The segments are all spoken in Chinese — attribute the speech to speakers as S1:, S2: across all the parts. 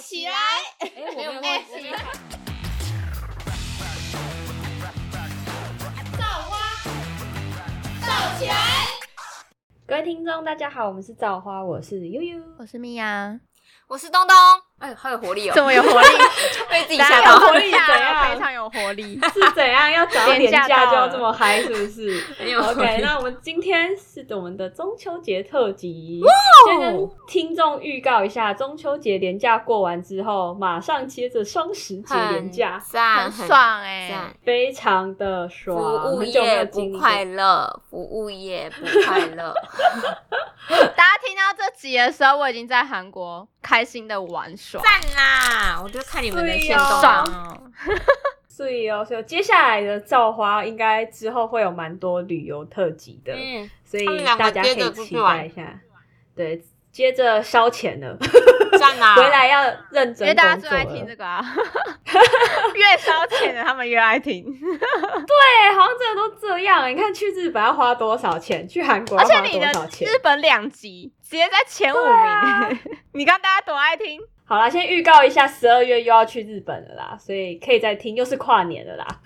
S1: 起来！
S2: 哎，我没有忘记。
S1: 造花，造起来！
S2: 各位听众，大家好，我们是造花，我是悠悠。
S3: 我是米娅，
S1: 我是东东，
S4: 哎，好有活力哦！
S3: 这么有活 力，
S4: 被自己
S3: 大
S4: 吓
S3: 家有
S4: 到？
S3: 活力
S2: 怎样
S3: 大家非常有活力。
S2: 是怎样？要找到廉价
S3: 廉价到了
S2: 就要这么嗨，是不 是
S4: 没有
S2: ？OK，那我们今天是我们的中秋节特辑，先跟听众预告一下，中秋节廉假过完之后，马上接着双十节廉假，
S4: 赞，
S3: 很爽哎、
S4: 赞！
S2: 非常的
S4: 服
S2: 爽，
S4: 务
S2: 很久没有
S4: 业
S2: 经
S4: 不
S2: 历过。
S4: 快乐，服务业不快 乐。
S3: 大家听到这集的时候，我已经在韩国开心的玩耍，
S4: 赞啦！我就看你们的
S2: 对
S4: 线
S2: 呀
S4: 动，啊
S3: 爽哦！
S2: 所以哦，所以接下来的造花应该之后会有蛮多旅游特辑的，
S4: 嗯，
S2: 所以
S4: 他们两个
S2: 大家可
S4: 接着
S2: 以
S4: 出
S2: 期
S4: 去玩
S2: 待一下。对，接着烧钱了，
S4: 赞啊啦！
S2: 回来要认
S3: 因
S2: 真工作
S3: 为大家
S2: 了。
S3: 最爱听这个啊， 越烧钱的他们越爱听，
S2: 对，哎好像真的都这样。你看去日本要花多少钱，去韩国
S3: 而
S2: 要
S3: 且
S2: 花
S3: 你
S2: 多少
S3: 的
S2: 钱？
S3: 日本两集直接在前五
S2: 啊
S3: 名， 你看大家多爱听，
S2: 好啦，先预告一下，十二月又要去日本了啦，所以可以再听，又是跨年了啦。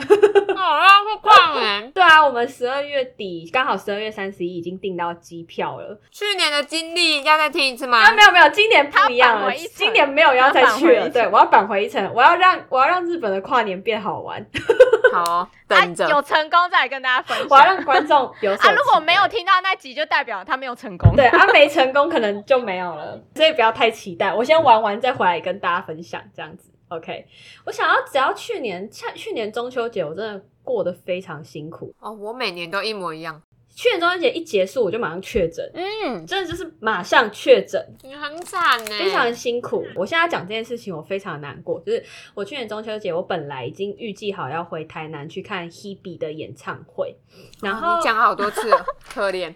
S4: 哦我要欸去跨年。
S2: 对啊，我们十二月底刚好十二月三十一已经订到机票了。
S4: 去年的经历要再听一次吗？
S2: 啊，没有没有，今年不一样
S3: 他要
S2: 了
S3: 返回一，层
S2: 今年没有要再去
S3: 他要返回
S2: 了。
S3: 一层
S2: 对，我要返回一层，我要让我要让日本的跨年变好玩，
S4: 好哦，
S3: 啊
S4: 等着。
S3: 有成功再来跟大家分
S2: 我
S3: 享
S2: 要让观众有所
S3: 啊！如果
S2: 期待
S3: 没有听到那集，就代表他没有成功。
S2: 对啊，没成功可能就没有了，所以不要太期待。我先玩完再回来跟大家分享，这样子。OK，我想要只要去年，像去年中秋节我真的过得非常辛苦。
S4: 哦，我每年都一模一样。
S2: 去年中秋节一结束，我就马上确诊，
S4: 嗯，
S2: 真的就是马上确诊，
S4: 你很惨欸呢，
S2: 非常辛苦。我现在讲这件事情，我非常难过。就是我去年中秋节，我本来已经预计好要回台南去看 Hebe 的演唱会，然
S4: 哦
S2: 后、
S4: 你讲好多次了，可怜，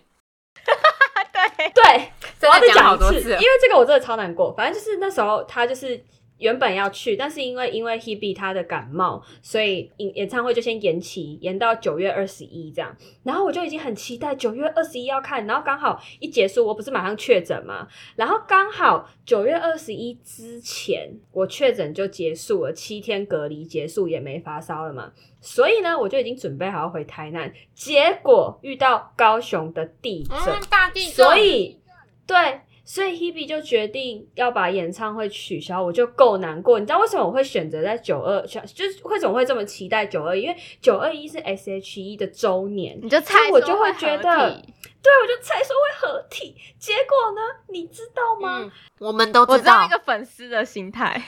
S3: 对，
S2: 对，
S4: 真
S2: 我
S4: 的
S2: 要再
S4: 讲
S2: 讲
S4: 好
S2: 一
S4: 多
S2: 次，
S4: 次了
S2: 因为。这个我真的超难过。反正就是那时候他就是原本要去，但是因为因为 Hebe 他的感冒，所以演演唱会就先延期，延到九月二十一这样。然后我就已经很期待九月二十一要看，然后刚好一结束，我不是马上确诊嘛，然后刚好九月二十一之前我确诊就结束了，七天隔离结束也没发烧了嘛。所以呢，我就已经准备好要回台南，结果遇到高雄的地震，
S4: 嗯，大地震，
S2: 所以对，所以 Hebe 就决定要把演唱会取消，我就够难过。你知道为什么我会选择在九二，就是为什么会这么期待九二？因为九二一是 S.H.E 的周年，
S3: 你就
S2: 所以
S3: 猜
S2: 我
S3: 说
S2: 就会
S3: 合
S2: 觉得，
S3: 体
S2: 对我就猜说会合体。结果呢，你知道吗？
S4: 嗯，我们都
S3: 我
S4: 知
S3: 知道
S4: 道
S3: 那，个粉丝的心态，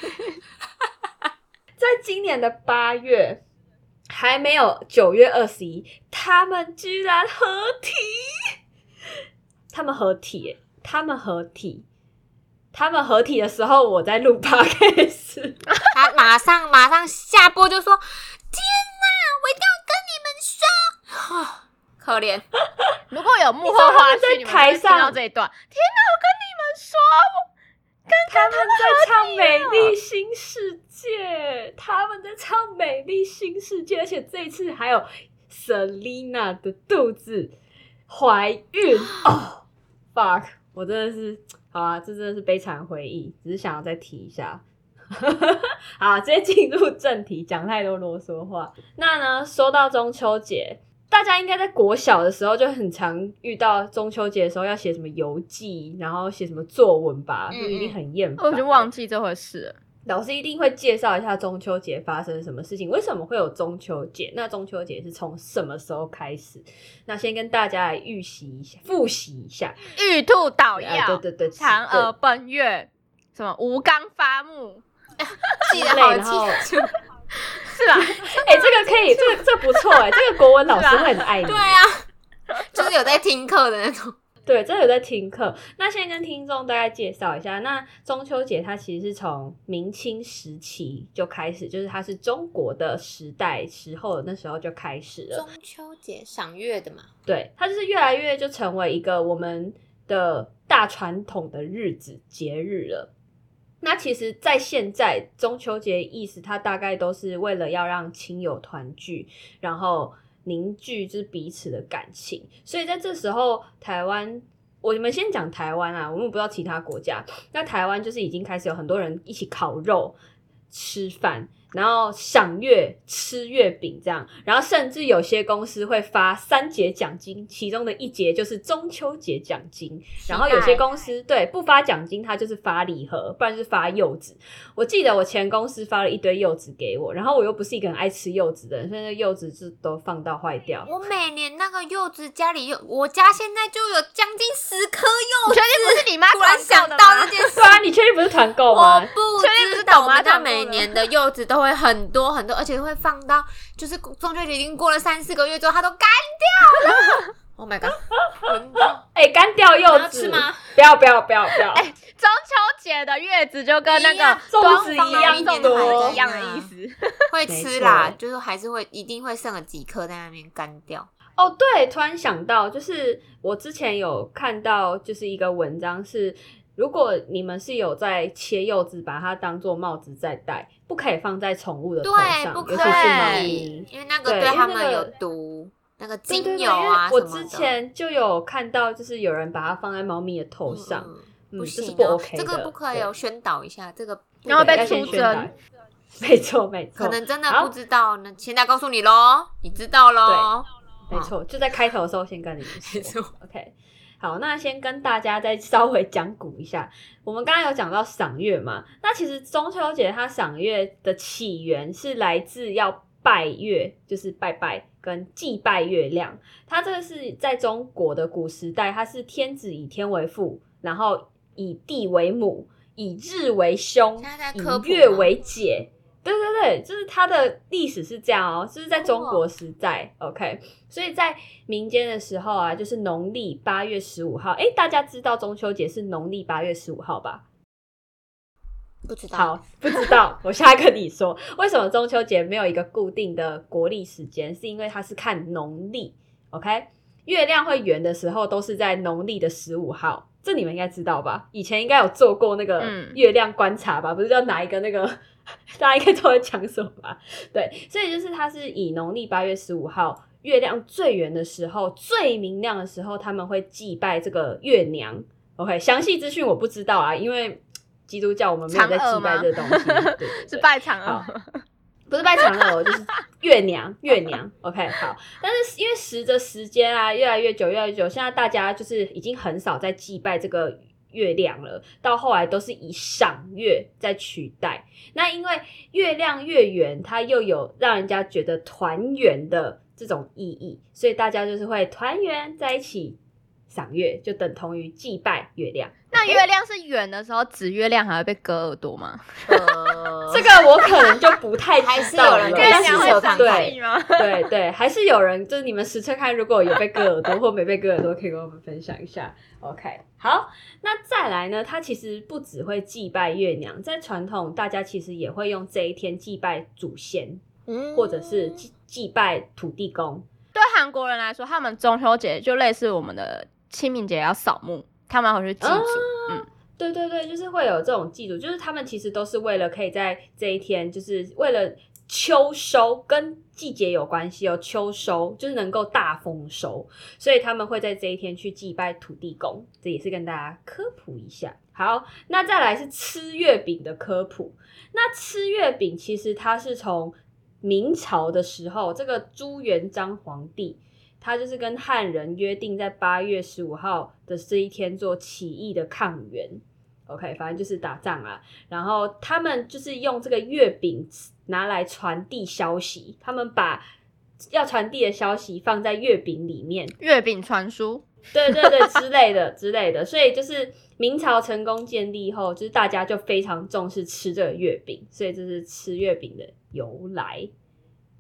S2: 在今年的八月。还没有九月二十一，他们居然合体！他们合体耶，他们合体，他们合体的时候，我在录 podcast。
S4: 他马上马上下播就说：“天哪，我一定要跟你们说。啊”可怜，
S3: 如果有幕
S2: 你
S3: 后
S2: 知道他
S3: 花
S2: 们在
S3: 絮，你们
S2: 台
S3: 会听
S2: 上
S3: 到这一段。天哪，
S2: 他们在唱《美丽新世界》，他们在唱《美丽新世界》，而且这一次还有 Selina 的肚子怀孕哦、f u c k 我真的是好啊，这真的是悲惨回忆，只是想要再提一下。好，直接进入正题，讲太多啰嗦话。那呢，说到中秋节，大家应该在国小的时候就很常遇到中秋节的时候要写什么游记，然后写什么作文吧，
S4: 嗯
S2: 就一定很厌
S3: 跟
S2: 烦。
S3: 你们说，我就忘记这回事了。
S2: 老师一定会介绍一下中秋节发生什么事情，为什么会有中秋节？那中秋节是从什么时候开始？那先跟大家来预习一下，复习一下。
S3: 玉兔捣
S2: 啊，
S3: 药，
S2: 对对对，
S3: 嫦娥
S2: 对
S3: 奔月，什么吴刚伐木，
S4: 记得好
S2: 之类然后
S4: 记住。
S3: 是吧？
S2: 哎、这个可以，这个这个不错哎、这个国文老师
S3: 是吧
S2: 会很 爱你。
S4: 对啊，就是有在听课的那种。
S2: 对，这有在听课。那先跟听众大概介绍一下，那中秋节它其实是从明清时期就开始，就是它是中国的时代时候，那时候就开始了。
S4: 秋节赏月的嘛，
S2: 对，它就是越来越就成为一个我们的大传统的日子节日了。那其实，在现在中秋节意思，它大概都是为了要让亲友团聚，然后凝聚就是彼此的感情。所以在这时候，台湾我们先讲台湾啊，我们不知道其他国家。那台湾就是已经开始有很多人一起烤肉、吃饭，然后赏月、吃月饼这样，然后甚至有些公司会发三节奖金，其中的一节就是中秋节奖金，然后有些公司对不发奖金，它就是发礼盒，不然就是发柚子。我记得我前公司发了一堆柚子给我，然后我又不是一个很爱吃柚子的人，所以那柚子就都放到坏掉。
S4: 我每年哎那个柚子家里有，我家现在就有将近十颗柚
S3: 你
S4: 子。
S3: 确定不是你妈
S4: 突然
S3: 团
S4: 想
S3: 购
S4: 到
S3: 的
S4: 这
S3: 吗？
S4: 件事
S2: 对，啊，你确定不是团购
S4: 我
S2: 吗？
S4: 不
S3: 确定不
S4: 知
S3: 是
S4: 道，
S3: 懂
S4: 我
S3: 吗
S4: 们家
S3: 懂
S4: 每
S3: 吗
S4: 年的柚子都会很多很多，而且会放到就是中秋节已经过了三四个月之后，它都干掉了。Oh my god！闻到
S2: 哎、干掉
S4: 你
S2: 柚
S4: 要
S2: 子
S4: 吃吗？哎
S2: 不要不要不要不要！
S3: 中秋节的月子就跟那
S4: 一样
S3: 个
S2: 粽子
S3: 东方
S2: 一样
S3: 粽
S2: 多
S3: 子一样的意思。
S4: 会
S2: 没
S4: 吃啦，
S2: 错
S4: 就是还是会一定会剩了几颗在那边干掉。
S2: 哦，对，突然想到，就是我之前有看到，就是一个文章是，如果你们是有在切柚子，把它当做帽子在戴，不可以放在宠物的头
S4: 对，
S2: 上，
S4: 不可
S2: 尤其是猫
S4: 以
S2: 咪，。
S4: 因为那个
S2: 对
S4: 对
S2: 因为
S4: 他
S2: 那
S4: 们有
S2: 个
S4: 毒，那个
S2: 对对
S4: 精
S2: 对
S4: 油啊什
S2: 因为
S4: 么
S2: 我
S4: 的。
S2: 之前就有看到，就是有人把它放在猫咪的头
S4: 嗯
S2: 上，
S4: 嗯
S2: 嗯
S4: 不
S2: 这是
S4: 行
S2: 不
S4: 哦
S2: OK
S4: 这个
S2: 的
S4: 不可以
S2: 对
S4: 哦，宣导一下这个不
S3: 然后
S4: 可以，
S3: 被
S2: 要
S3: 出
S2: 先宣
S3: 征
S2: 导。没错，没错，
S4: 可能真的
S2: 好
S4: 不知道呢，现在告诉你喽，你知道喽。
S2: 没错，就在开头的时候先跟你们说。
S4: 没错
S2: OK，好，那先跟大家再稍微讲古一下。我们刚刚有讲到赏月嘛，那其实中秋节它赏月的起源是来自要拜月，就是拜拜跟祭拜月亮。它这个是在中国的古时代，它是天子以天为父，然后以地为母，以日为兄
S4: 现在在，科普
S2: 以月
S4: 吗
S2: 为姐。对对对，就是它的历史是这样哦，就是在中国时代、o k 所以在民间的时候啊，就是农历八月十五号，哎，大家知道中秋节是农历八月十五号吧？
S4: 不知道。
S2: 好，不知道，我下跟你说，为什么中秋节没有一个固定的国历时间，是因为它是看农历，OK？月亮会圆的时候都是在农历的十五号，这你们应该知道吧？以前应该有做过那个
S3: 嗯
S2: 月亮观察吧？不是叫拿一个那个， 大家应该都会讲什么吧？对，所以就是它是以农历八月十五号月亮最圆的时候、最明亮的时候，他们会祭拜这个月娘。OK，详细资讯我不知道啊，因为基督教我们没有在
S3: 嫦娥
S2: 祭拜
S3: 吗
S2: 这个东西，对对 对
S3: 是拜场
S2: 好
S3: 啊，
S2: 不是拜嫦娥，就是月娘，月娘。OK，好。但是因为随着时间啊越来越久，越来越久，现在大家就是已经很少在祭拜这个月亮了，到后来都是以赏月在取代。那因为月亮月圆，它又有让人家觉得团圆的这种意义，所以大家就是会团圆在一起赏月，就等同于祭拜月亮。
S4: 哦
S3: 那月亮是圆的时候，指月亮还会被割耳朵吗？
S4: 呃，
S2: 这个我可能就不太
S4: 还
S2: 知
S4: 是
S2: 道
S4: 有
S2: 了，
S4: 人
S3: 月
S4: 对
S2: 但
S3: 亮
S2: 是
S3: 会
S4: 有
S3: 长
S2: 对
S3: 气吗？
S2: 对对，还是有人，就是你们实测看，如果有被割耳朵或没被割耳朵，可以跟我们分享一下。OK，好，那再来呢？它其实不只会祭拜月娘，在传统大家其实也会用这一天祭拜祖先，
S4: 嗯
S2: 或者是祭祭拜土地公。
S3: 对韩国人来说，他们中秋节就类似我们的清明节要扫墓，他们要去祭祖。
S2: 对对对，就是会有这种祭祖，就是他们其实都是为了可以在这一天，就是为了秋收，跟季节有关系哦，秋收就是能够大丰收，所以他们会在这一天去祭拜土地公，这也是跟大家科普一下。好，那再来是吃月饼的科普。那吃月饼其实它是从明朝的时候，这个朱元璋皇帝他就是跟汉人约定在八月十五号的这一天做起义的抗元。OK，反正就是打仗啊。然后他们就是用这个月饼拿来传递消息，他们把要传递的消息放在月饼里面，
S3: 月饼传书，
S2: 对对对，之类的 之类的。所以就是明朝成功建立后，就是大家就非常重视吃这个月饼，所以这是吃月饼的由来。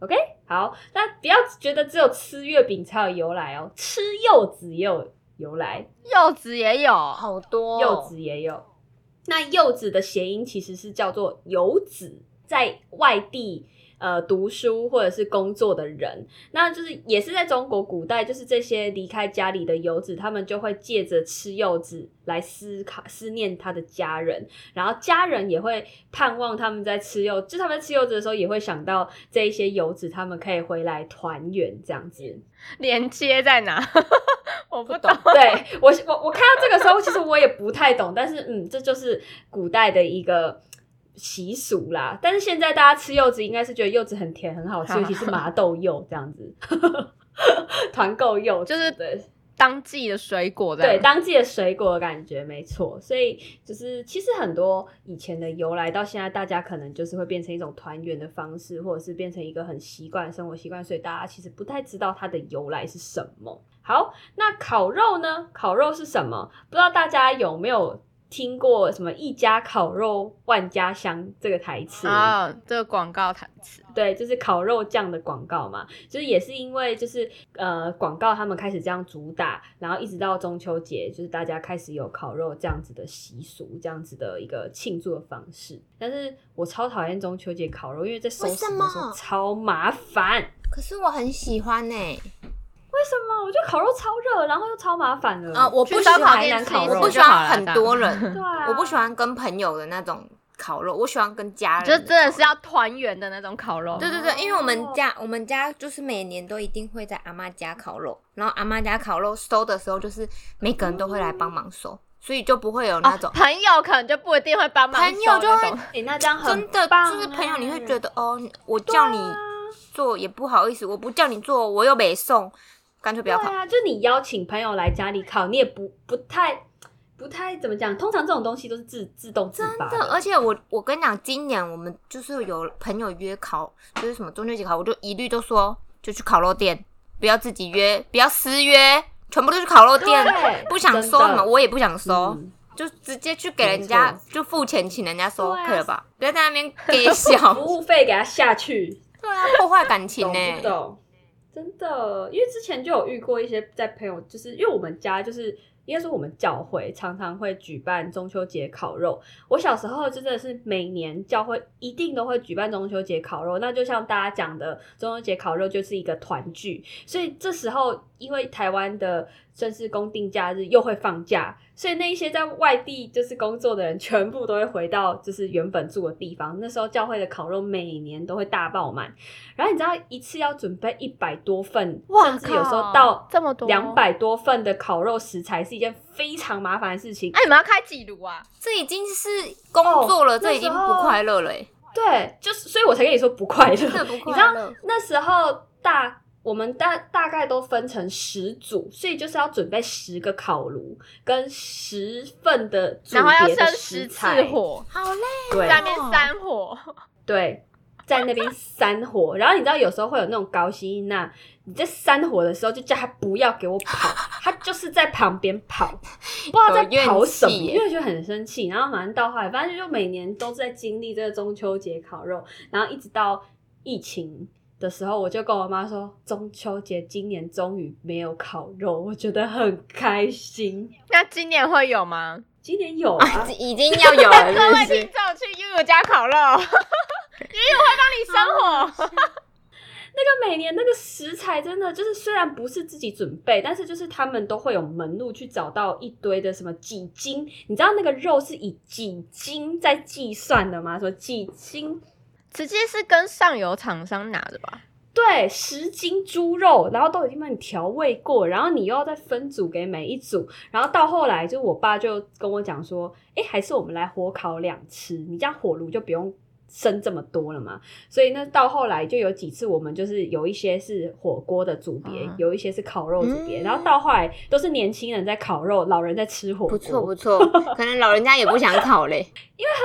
S2: OK，好，那不要觉得只有吃月饼才有由来哦，吃柚子也有由来，
S3: 柚子也有，
S4: 好多哦
S2: 柚子也有。哦那柚子的谐音其实是叫做游子，在外地呃读书或者是工作的人，那就是也是在中国古代，就是这些离开家里的游子，他们就会借着吃柚子来思考思念他的家人，然后家人也会盼望他们在吃柚，就他们在吃柚子的时候也会想到这一些游子，他们可以回来团圆这样子。
S3: 连接在哪？ 我不
S4: 懂
S3: 懂。
S2: 对我我我看到这个时候，其实我也不太懂，但是嗯，这就是古代的一个习俗啦。但是现在大家吃柚子，应该是觉得柚子很甜很好吃，
S3: 好
S2: 尤其是麻豆柚这样子， 团购柚子
S3: 就是
S2: 对
S3: 当季的水果这
S2: 对
S3: 样。
S2: 当季的水果的感觉没错。所以就是其实很多以前的由来到现在，大家可能就是会变成一种团圆的方式，或者是变成一个很习惯的生活习惯，所以大家其实不太知道它的由来是什么。好，那烤肉呢？烤肉是什么？不知道大家有没有听过什么“一家烤肉，万家香”这个台词？
S3: 啊，这个广告台词，
S2: 对，就是烤肉酱的广告嘛，就是也是因为就是呃广告他们开始这样主打，然后一直到中秋节，就是大家开始有烤肉这样子的习俗，这样子的一个庆祝的方式。但是我超讨厌中秋节烤肉，因为在收拾的
S4: 为
S2: 时
S4: 什
S2: 候
S4: 么
S2: 超麻烦。
S4: 可是我很喜欢呢、
S2: 为什么？我觉得烤肉超热，然后又超麻烦了
S4: 啊我
S2: 去
S4: 不
S2: 吃
S4: 烧烤
S2: 台
S3: 店
S2: 南
S3: 吃
S2: 烤
S3: 一
S2: 肉
S4: 哎我不
S2: 就
S4: 喜
S3: 就好
S4: 欢
S3: 了
S4: 很多
S2: 对
S4: 人，
S2: 啊，
S4: 我不喜欢跟朋友的那种烤肉，我喜欢跟家人。
S3: 就真的是要团圆的那种烤肉。
S4: 对对对，因为我们
S2: 哦
S4: 家我们家就是每年都一定会在阿妈家烤肉，然后阿妈家烤肉收的时候，就是每个人都会来帮忙收，所以就不会有那
S2: 哦
S4: 种、
S3: 啊朋友可能就不一定会帮忙收
S4: 朋友就会
S3: 那种，
S2: 哎、那这样 很
S4: 真的
S2: 棒啊
S4: 就是朋友，你会
S2: 哎
S4: 觉得哦，我叫你做也不好意思，我不叫你做我又没送，干脆不要烤
S2: 啊对。啊，就你邀请朋友来家里烤，你也不不太不太怎么讲。通常这种东西都是自自动自发
S4: 真的，呃而且我我跟你讲，今年我们就是有朋友约烤，就是什么中秋节烤，我就一律都说就去烤肉店，不要自己约，不要私约，全部都去烤肉店
S2: 对，
S4: 不想收
S2: 真
S4: 什
S2: 的
S4: 么我也不想收，
S2: 嗯
S4: 就直接去给人家
S2: 没
S4: 就付钱请人家收，
S2: 对啊
S4: 可以了吧？不要在那边给 小，
S2: 服务费给他下去，
S4: 对啊，破坏感情
S2: 懂
S4: 呢、
S2: 不懂？真的，因为之前就有遇过一些在朋友，就是因为我们家就是。应该说，我们教会常常会举办中秋节烤肉。我小时候真的是每年教会一定都会举办中秋节烤肉。那就像大家讲的，中秋节烤肉就是一个团聚，所以这时候因为台湾的正式公定假日又会放假，所以那一些在外地就是工作的人全部都会回到就是原本住的地方。那时候教会的烤肉每年都会大爆满，然后你知道一次要准备一百多份，
S3: 哇
S2: 甚至有时候
S3: 靠
S2: 到
S3: 这么多
S2: 两。百多份的烤肉食材是一件非常麻烦的事情
S3: 哎、。你们要开几炉啊？
S4: 这已经是工作了，
S2: 哦
S4: 这已经
S2: 那时候
S4: 不快乐了、欸，
S2: 对，就是所以我才跟你说不快乐，
S4: 真的不
S2: 你
S4: 快
S2: 知道
S4: 乐。
S2: 那时候大我们大大概都分成十组，所以就是要准备十个烤炉跟十份的组
S3: 然后要
S2: 别的
S3: 生
S2: 食
S3: 十次
S2: 材，
S3: 火，
S4: 好累，
S2: 对
S3: 在那边三火，
S2: 对，在那边扇火。然后你知道有时候会有那种高希娜，你在扇火的时候就叫他不要给我跑，他就是在旁边跑，不知道在跑什么，
S4: 有怨气耶
S2: 因为就很生气。然后反正到后来，反正就每年都在经历这个中秋节烤肉，然后一直到疫情。的时候，我就跟我妈说，中秋节今年终于没有烤肉，我觉得很开心。
S3: 那今年会 有吗？
S2: 今年有啊，
S4: 已经要有了，
S3: 各位
S4: 是不是
S3: 听众去悠悠家烤肉，悠 悠会帮 你生火。
S2: 那每年那个食材真的就是，虽然不是自己准备，但是就是他们都会有门路去找到一堆的什么几斤，你知道那个肉是以几斤在计算的吗？说几斤？
S3: 直接是跟上游厂商拿的吧？
S2: 对，十斤猪肉，然后都已经帮你调味过，然后你又要再分组给每一组，然后到后来就我爸就跟我讲说，哎，还是我们来火烤两吃，你这样火炉就不用生这么多了嘛。所以呢，到后来就有几次我们就是有一些是火锅的组别，
S3: 啊
S2: 有一些是烤肉组别，
S4: 嗯
S2: 然后到后来都是年轻人在烤肉，老人在吃火锅，
S4: 不错不错，可能老人家也不想烤嘞。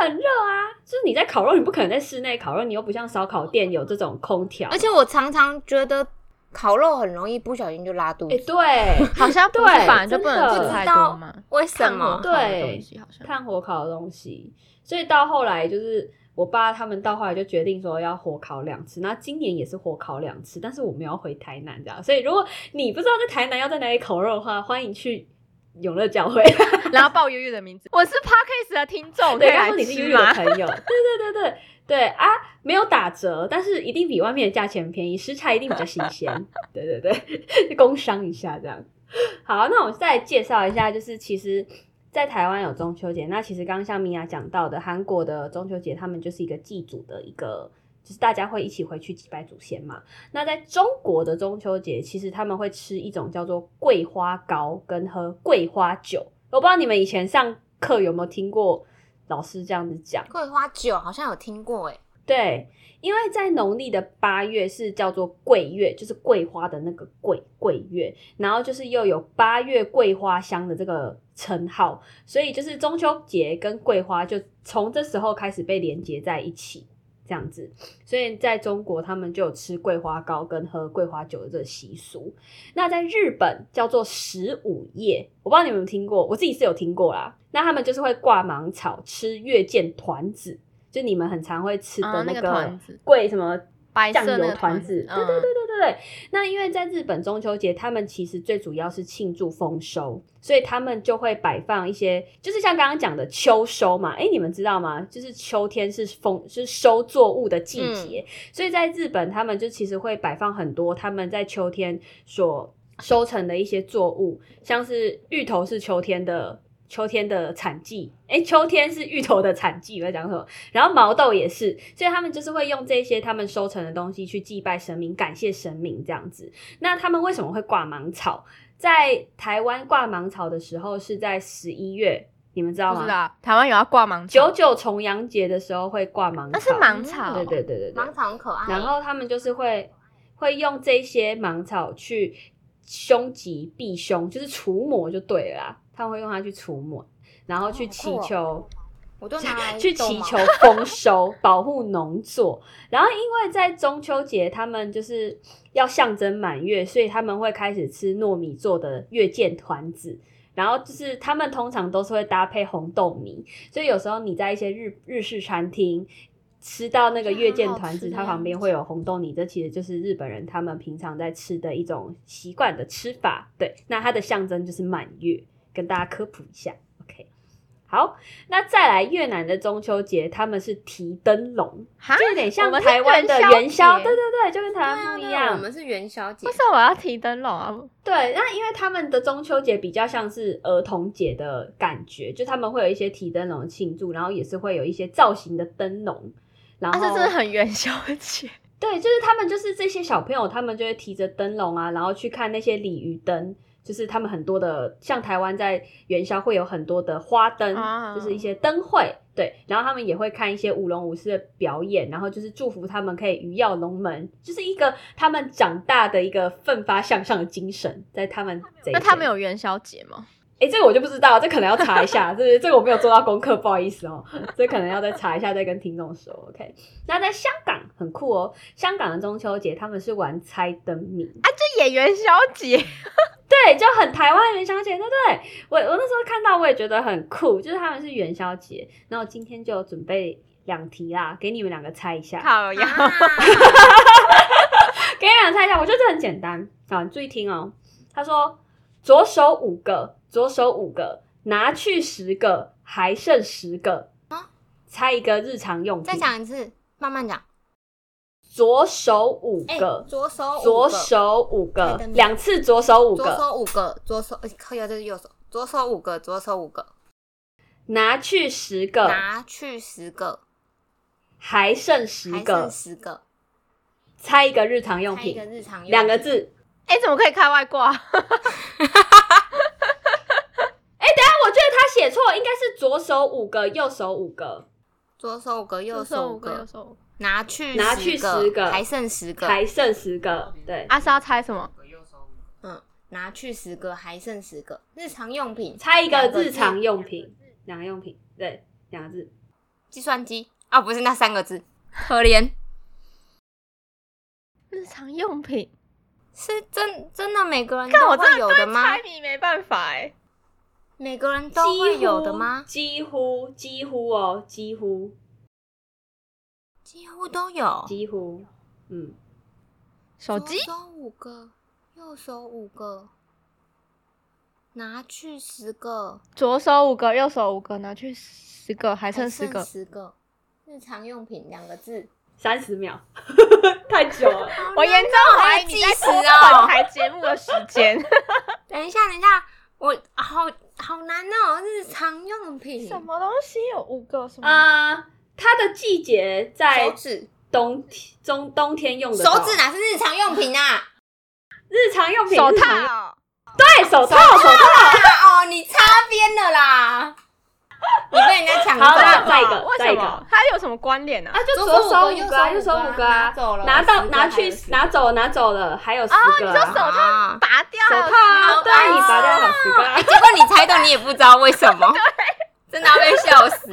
S2: 很热啊。就是你在烤肉，你不可能在室内烤肉，你又不像烧烤店有这种空调
S4: 而。且我常常觉得烤肉很容易不小心就拉肚
S2: 哎，
S4: 子，
S2: 对。
S3: 好像不是
S2: 对，
S3: 反正就不能
S2: 真的
S3: 吃太多嘛。
S4: 为什么？
S2: 对
S3: 看我烤的东西好像
S2: 炭火烤的东西，所以到后来就是我爸他们到后来就决定说要火烤两次，那今年也是火烤两次，但是我们要回台南这样，所以如果你不知道在台南要在哪里烤肉的话，欢迎去永乐教会。
S3: 然后报悠悠的名字，我是 Parkes 的听众，
S2: 对，
S3: 可以
S2: 刚
S3: 来
S2: 说你是
S3: 吃
S2: 悠悠的
S3: 吗？
S2: 朋 友，对对对对对啊，没有打折，但是一定比外面的价钱便宜，食材一定比较新 鲜。对对对，工商一下这样。好，那我们再介绍一下，就是其实。在台湾有中秋节，那其实刚刚像米娅讲到的，韩国的中秋节他们就是一个祭祖的一个就是大家会一起回去祭拜祖先嘛。那在中国的中秋节，其实他们会吃一种叫做桂花糕跟喝桂花酒。我不知道你们以前上课有没有听过老师这样子讲。
S4: 桂花酒好像有听过哎、
S2: 对，因为在农历的八月是叫做桂月，就是桂花的那个桂桂月，然后就是又有八月桂花香的这个称号，所以就是中秋节跟桂花就从这时候开始被连接在一起，这样子。所以在中国，他们就有吃桂花糕跟喝桂花酒的这个习俗。那在日本叫做十五夜，我不知道你们有没有听过，我自己是有听过啦。那他们就是会挂芒草，吃月见团子，就你们很常会吃的
S3: 啊那个
S2: 个
S3: 团子
S2: 桂什么
S3: 白
S2: 酱
S3: 色那
S2: 油
S3: 个
S2: 团子，对对对对
S3: 嗯
S2: 对对。那因为在日本中秋节，他们其实最主要是庆祝丰收，所以他们就会摆放一些，就是像刚刚讲的秋收嘛。哎，你们知道吗？就是秋天是丰是收作物的
S3: 嗯
S2: 季节，所以在日本他们就其实会摆放很多他们在秋天所收成的一些作物，像是芋头是秋天的。秋天的产季，哎，秋天是芋头的产季，我在讲什么？然后毛豆也是，所以他们就是会用这些他们收成的东西去祭拜神明，感谢神明这样子。那他们为什么会挂芒草？在台湾挂芒草的时候是在十一月，你们知道
S3: 不
S2: 吗？
S3: 知道台湾有要挂芒
S2: 九
S3: 草，
S2: 九重阳节的时候会挂芒草，
S3: 那是芒草，嗯
S2: 对对对对对
S4: 芒。草很可爱。
S2: 然后他们就是会会用这些芒草去凶吉避凶，就是除魔就对了啦。他们会用它去除魔，然后去
S4: 哦好
S2: 祈
S4: 酷哦
S2: 求、
S4: 我都拿来
S2: 去
S4: 逗
S2: 祈
S4: 猫
S2: 求丰收， 保护农作。然后，因为在中秋节，他们就是要象征满月，所以他们会开始吃糯米做的月见团子。然后就是他们通常都是会搭配红豆米，所以有时候你在一些日日式餐厅吃到那个月见团子，
S3: 好好吃
S2: 它旁边会有红豆泥，这其实就是日本人他们平常在吃的一种习惯的吃法。对，那它的象征就是满月，跟大家科普一下。OK，好，那再来越南的中秋节，他们是提灯笼，
S3: 哈
S2: 就有点像
S3: 我们是
S2: 台湾的元
S3: 元
S2: 宵，
S3: 宵
S2: 对
S3: 节
S2: 对对，就跟台湾
S4: 对
S2: 不一
S4: 啊
S2: 样。
S4: 对啊我们是元宵节
S3: 为，什么我要提灯笼啊？
S2: 对，那因为他们的中秋节比较像是儿童节的感觉，就他们会有一些提灯笼的庆祝，然后也是会有一些造型的灯笼，然
S3: 啊，
S2: 后、
S3: 这真的很元宵节，
S2: 对，就是他们就是这些小朋友，他们就会提着灯笼啊，然后去看那些鲤鱼灯，就是他们很多的，像台湾在元宵会有很多的花灯，
S3: 啊
S2: 就是一些灯会，对，然后他们也会看一些舞龙舞狮的表演，然后就是祝福他们可以鱼跃龙门，就是一个他们长大的一个奋发向上的精神，在他们这一
S3: 那他们
S2: 天
S3: 有元宵节吗？
S2: 哎、这个我就不知道，这可能要查一下，这这个我没有做到功课，不好意思哦，这可能要再查一下，再跟听众说。OK，那在香港很酷哦，香港的中秋节他们是玩猜灯谜，
S3: 这也元宵节，
S2: 对，就很台湾元宵节，对不对？我我那时候看到我也觉得很酷，就是他们是元宵节，然后今天就有准备两题啦，给你们两个猜一下，
S3: 烤鸭
S4: 啊
S2: 给你们两个猜一下，我觉得这很简单啊，你注意听哦。他说左手五个，左手五个，拿去十个，还剩十个。猜一个日常 用
S4: 再
S2: 品，
S4: 讲一次，慢慢讲。
S2: 左手五
S4: 哎、
S2: 个，
S4: 左手五个
S2: 左手五
S4: 猜
S2: 个
S4: 灯，谜
S2: 两次左手五
S4: 左
S2: 个，
S4: 手五个，左手哎，可以啊，这是右手，左手五个，左手五个，
S2: 拿去十个，
S4: 拿去十个，
S2: 还剩十
S4: 还
S2: 个
S4: 剩，十个，
S2: 猜一个日常用
S4: 猜一个
S2: 品，
S4: 日常用品
S2: 两个，字。
S3: 哎、怎么可以开外挂？
S2: 但我觉得他写错，应该是左手五个，右手五个，
S4: 左手五个，右
S3: 手
S4: 手五
S3: 右
S4: 个，
S3: 手五个。
S4: 拿去
S2: 拿去十个
S4: 还剩十个，
S2: 还剩十个。对，
S3: 阿、啊、是要猜什么？
S4: 嗯，拿去十个，还剩十个，日常用品，
S2: 猜一个
S4: 两个字
S2: 日常用品，两个用品，对，两个字。
S4: 计算机啊，不是那三个字，可怜，
S3: 日常用品。
S4: 是真真的每个人
S3: 看
S4: 都
S3: 我真
S4: 会
S3: 的
S4: 有的
S3: 对
S4: 吗
S3: 猜？谜没办法哎、
S4: 每个人都会有的吗？
S2: 几乎几乎哦，几乎
S4: 几乎都有，
S2: 几乎，嗯，
S3: 手机
S4: 左手五个，右手五个，拿去十个，
S3: 左手五个，右手五个，拿去十个，还剩十
S4: 还
S3: 个。
S4: 十个。日常用品两个字，
S2: 三十秒， 太久了。
S3: 我严重怀疑你在拖
S4: 哦
S3: 本台节目的时间。
S4: 等一下，等一下，我好好难哦，日常用品，
S3: 什么东西有五个？什么？
S2: 呃啊、它的季节
S4: 手
S2: 在
S4: 指
S2: 冬天中冬天用的
S4: 手指哪是日常用品啊？
S2: 日常用品，
S3: 手
S2: 日
S3: 套
S2: 常用对手套手套。
S4: 啊哦，你擦边了啦！你被人家抢
S2: 好
S4: 走
S2: 那
S4: 了。
S2: 再一个
S3: 为
S2: 再
S3: 什
S2: 一个
S3: 么？它有什么关联呢
S2: 啊，？就左手五个啊，右
S4: 左
S2: 手
S4: 手
S2: 五
S4: 五
S2: 个
S4: 个
S2: 啊
S4: 啊，左手五个啊
S2: 拿
S4: 拿走
S2: 到
S4: 了
S2: 拿去
S4: 十个还有十个
S2: 拿走拿走了，还有十个
S3: 你说手
S2: 啊，
S3: 套拔掉
S2: 手
S3: 还有
S2: 套啊，
S3: 十
S2: 对
S3: 个
S2: 啊，你拔掉了十个啊。
S4: 结果你猜到，你也不知道为什么，真的要被笑死。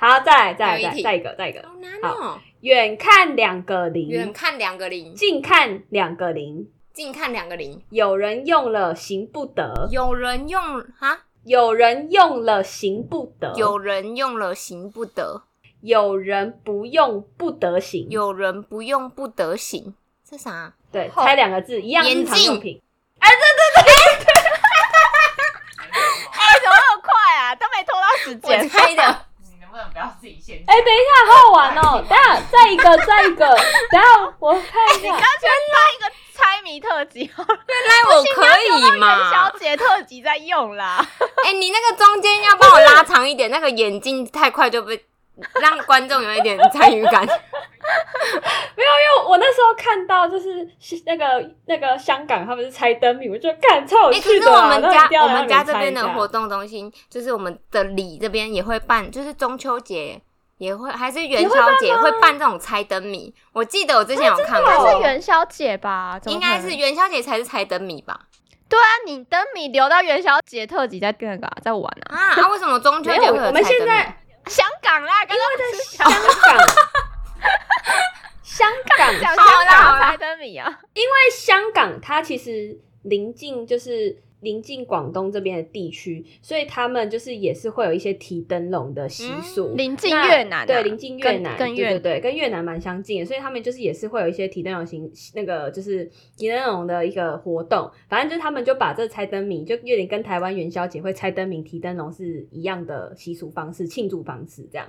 S2: 好，再来再来
S4: 还有一
S2: 再
S4: 题
S2: 再一个再一个，
S4: 好难哦，
S2: 远看两个
S4: 远
S2: 零，
S4: 看两个零，
S2: 近看两个零。
S4: 近看两个零。
S2: 有人用了行不得，
S4: 有人用啊，
S2: 有人用了行不得，
S4: 有人用了行不得，
S2: 有人不用不得行。
S4: 有人不用不得行，这啥 啊？
S2: 对，
S3: 好
S2: 猜两个字，一样日
S4: 眼
S2: 常
S4: 镜
S2: 用品。
S3: 哎，怎么那么快啊？都没拖到时
S4: 我
S3: 间。
S4: 猜的。
S1: 你能不能不要自己先？
S2: 哎、等一下，好好玩 哦！等一下，再一个，再一个，等一下我看一
S3: 你
S2: 下
S3: 刚。全当一个猜谜特辑好了，
S4: 那我可以
S3: 元
S4: 嘛
S3: 宵？节特辑在用啦。
S4: 哎、你那个中间要帮我拉长一点，那个眼睛太快就被让观众有一点参与感。
S2: 没有，因为我那时候看到就是是那个那个香港他们是猜灯谜，我就看超有
S4: 哎、可
S2: 趣
S4: 是
S2: 的
S4: 我
S2: 啊、
S4: 们
S2: 那一定
S4: 家
S2: 要
S4: 我
S2: 让
S4: 们
S2: 你
S4: 家这
S2: 猜
S4: 边
S2: 一
S4: 的
S2: 下
S4: 活动中心，就是我们的里这边也会办，就是中秋节也会，还是元宵节会办这种猜灯谜。我记得我之前有看
S2: 的
S4: 过，
S2: 哦
S3: 是元宵节吧？怎么
S4: 应
S3: 可能
S4: 该是元宵节才是猜灯谜吧？
S3: 对啊，你灯谜留到元宵节特辑再那个啊再玩啊。
S4: 啊，啊为什么中秋
S2: 没
S4: 节
S2: 有，
S4: 会有
S2: 我
S4: 猜
S2: 们
S4: 灯
S2: 现
S4: 谜？
S2: 在
S3: 香港啦，刚刚在香港
S2: 香 港，香港，因
S3: 讲香
S4: 好啦好
S3: 港
S4: 啦
S3: 猜灯谜啊。
S2: 为香港它其实临近就是临近广东这边的地区，所以他们就是也是会有一些提灯笼的习俗。
S3: 临近
S2: 那
S3: 越南啊，
S2: 对，临近越
S3: 跟
S2: 南，
S3: 跟
S2: 对
S3: 越
S2: 对对，跟越南蛮相近的，所以他们就是也是会有一些提灯笼型那个就是提灯笼的一个活动，反正就是他们就把这猜灯谜就有点跟台湾元宵节会猜灯谜、提灯笼是一样的习俗方式、庆祝方式这样，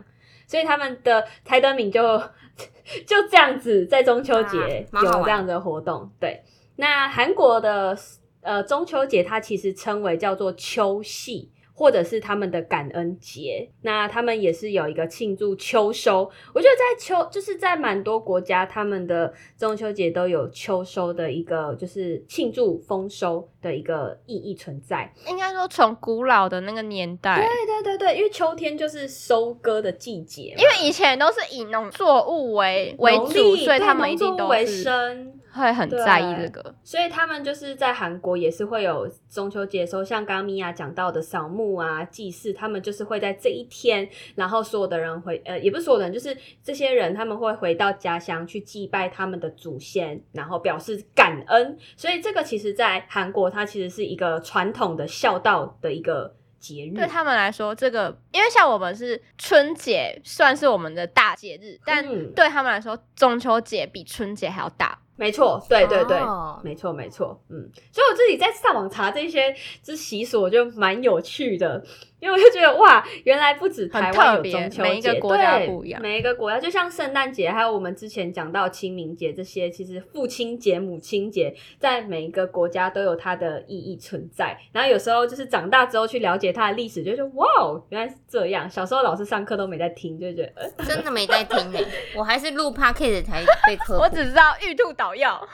S2: 所以他们的猜灯谜就 就这样子在中秋节
S4: 啊蛮好
S2: 有
S4: 玩
S2: 这样的活动，对。那韩国的呃中秋节，它其实称为叫做秋夕，或者是他们的感恩节。那他们也是有一个庆祝秋收。我觉得在秋，就是在蛮多国家，他们的中秋节都有秋收的一个，就是庆祝丰收的一个意义存在。
S3: 应该说从古老的那个年代，
S2: 对对对对，因为秋天就是收割的季节嘛，
S3: 因为以前都是以农作物为为
S2: 农
S3: 主，
S2: 历
S3: 所
S2: 对
S3: 以他们
S2: 农
S3: 一
S2: 作
S3: 定
S2: 物
S3: 都
S2: 为
S3: 是
S2: 生。
S3: 会很在意这个。
S2: 所以他们就是在韩国也是会有中秋节的时候，像刚刚米娅讲到的扫墓啊、祭祀，他们就是会在这一天，然后所有的人回呃，也不是所有的人，就是这些人他们会回到家乡去祭拜他们的祖先，然后表示感恩。所以这个其实，在韩国它其实是一个传统的孝道的一个节日。
S3: 对他们来说，这个因为像我们是春节，算是我们的大节日，但
S2: 嗯
S3: 对他们来说，中秋节比春节还要大。
S2: 没错，对对对。
S4: 哦
S2: 没错，没错，嗯，所以我自己在上网查这些这习俗，我就蛮有趣的，因为我就觉得哇，原来不止台湾有中
S3: 很
S2: 秋节，
S3: 特别每一个国家
S2: 对
S3: 不一样
S2: 每一个国家就像圣诞节，还有我们之前讲到清明节这些，其实父亲节、母亲节在每一个国家都有它的意义存在。然后有时候就是长大之后去了解它的历史，就觉得哇，哦，原来是这样。小时候老师上课都没在听，就觉得呃
S4: 真的没在听呢、 我还是录 podcast 才被科
S3: 我
S4: 普。
S3: 只知道玉兔捣药，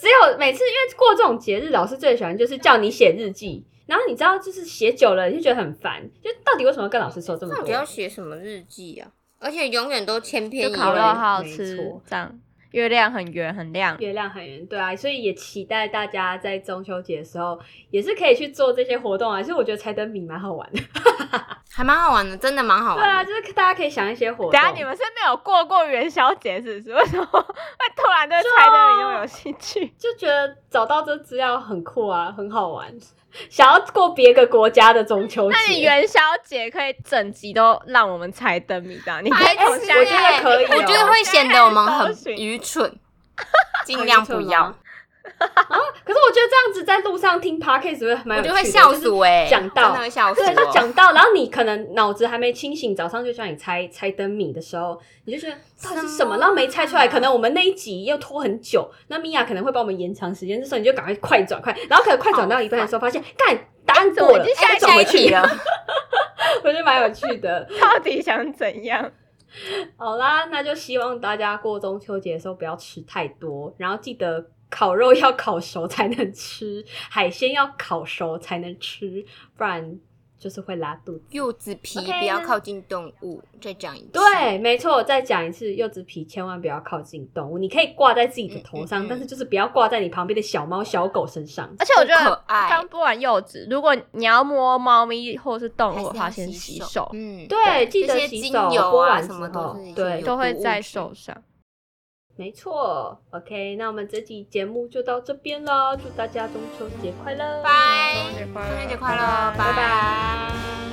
S2: 只有每次因为过这种节日，老师最喜欢就是叫你写日记，然后你知道就是写久了你就觉得很烦，就到底为什么要跟老师说这么
S4: 那我？
S2: 多
S4: 要写什么日记啊？而且永远都千篇
S3: 就
S4: 一
S3: 烤
S4: 律
S3: 肉。好好
S2: 没
S3: 吃
S2: 错，
S3: 这样月亮很圆很亮。
S2: 月亮很圆，对啊，所以也期待大家在中秋节的时候也是可以去做这些活动啊。其实我觉得猜灯谜蛮好玩的，
S4: 还蛮好玩的，真的蛮好
S2: 对
S4: 玩
S2: 啊，
S4: 的。
S2: 就是大家可以想一些活动。
S3: 等一下你们是没有过过元宵节，是不是？ 为什么会突然对猜灯谜
S2: 啊
S3: 那么有兴趣？
S2: 就觉得找到这资料很酷啊，很好玩，想要过别个国家的中秋节。
S3: 那你元宵节可以整集都让我们猜灯谜的，你可以
S4: 白
S3: 从
S4: 痴
S3: 下
S2: 哎我
S3: 一
S2: 觉
S3: 集
S2: 得可 以哦
S4: 哎我觉得会显得我们很愚 蠢，尽量不要，
S2: 可是我觉得这样子在路上听 podcast 会蛮
S4: 我
S2: 有趣
S4: 就
S2: 的，
S4: 会笑死
S2: 就是
S4: 我哎、
S2: 讲到
S4: 真的会笑死
S2: 对，就
S4: 我。
S2: 讲到，然后你可能脑子还没清醒，早上就叫你猜猜灯谜的时候，你就觉得到底是什么，
S3: 啊
S4: 什么
S2: 然后没猜出来，可能我们那一集又拖很久，那米娅可能会帮我们延长时间，这时候你就赶快快转快，然后可能快转到一半的时候，发现干答案 过了
S3: 怎么已，经
S2: 哎 再
S3: 下一
S2: 转
S4: 下
S2: 回
S4: 一
S2: 去
S4: 题，了，
S2: 我觉得蛮有趣的。
S3: 到底想怎样？
S2: 好啦，那就希望大家过中秋节的时候不要吃太多，然后记得烤肉要烤熟才能吃，海鲜要烤熟才能吃，不然就是会拉肚子。
S4: 柚子皮
S2: OK，
S4: 不要
S2: 那
S4: 靠近动物，再讲一次。
S2: 对，没错，再讲一次，柚子皮千万不要靠近动物，你可以挂在自己的头
S4: 嗯
S2: 上，
S4: 嗯嗯
S2: 但是就是不要挂在你旁边的小猫小狗身上。
S3: 而且我觉
S4: 不
S3: 得
S4: 可爱
S3: 刚剥完柚子，如果你要摸猫咪或是动
S4: 还
S3: 物
S4: 是
S3: 的话，
S4: 要
S3: 先
S4: 洗
S3: 洗手，
S4: 嗯，
S2: 对，记
S4: 这
S2: 得
S4: 些
S2: 洗
S4: 精
S2: 手，
S4: 油
S2: 剥
S4: 啊
S2: 完
S4: 什
S2: 之
S4: 么
S2: 后
S4: 都是
S2: 对
S4: 有，
S3: 都会
S4: 毒物
S3: 在
S4: 质
S3: 手上。
S2: 没错，OK，那我们这期节目就到这边了，祝大家中秋节快乐，
S4: 拜，
S3: 节快
S4: 中秋节快乐，
S2: 拜
S4: 拜
S2: 拜。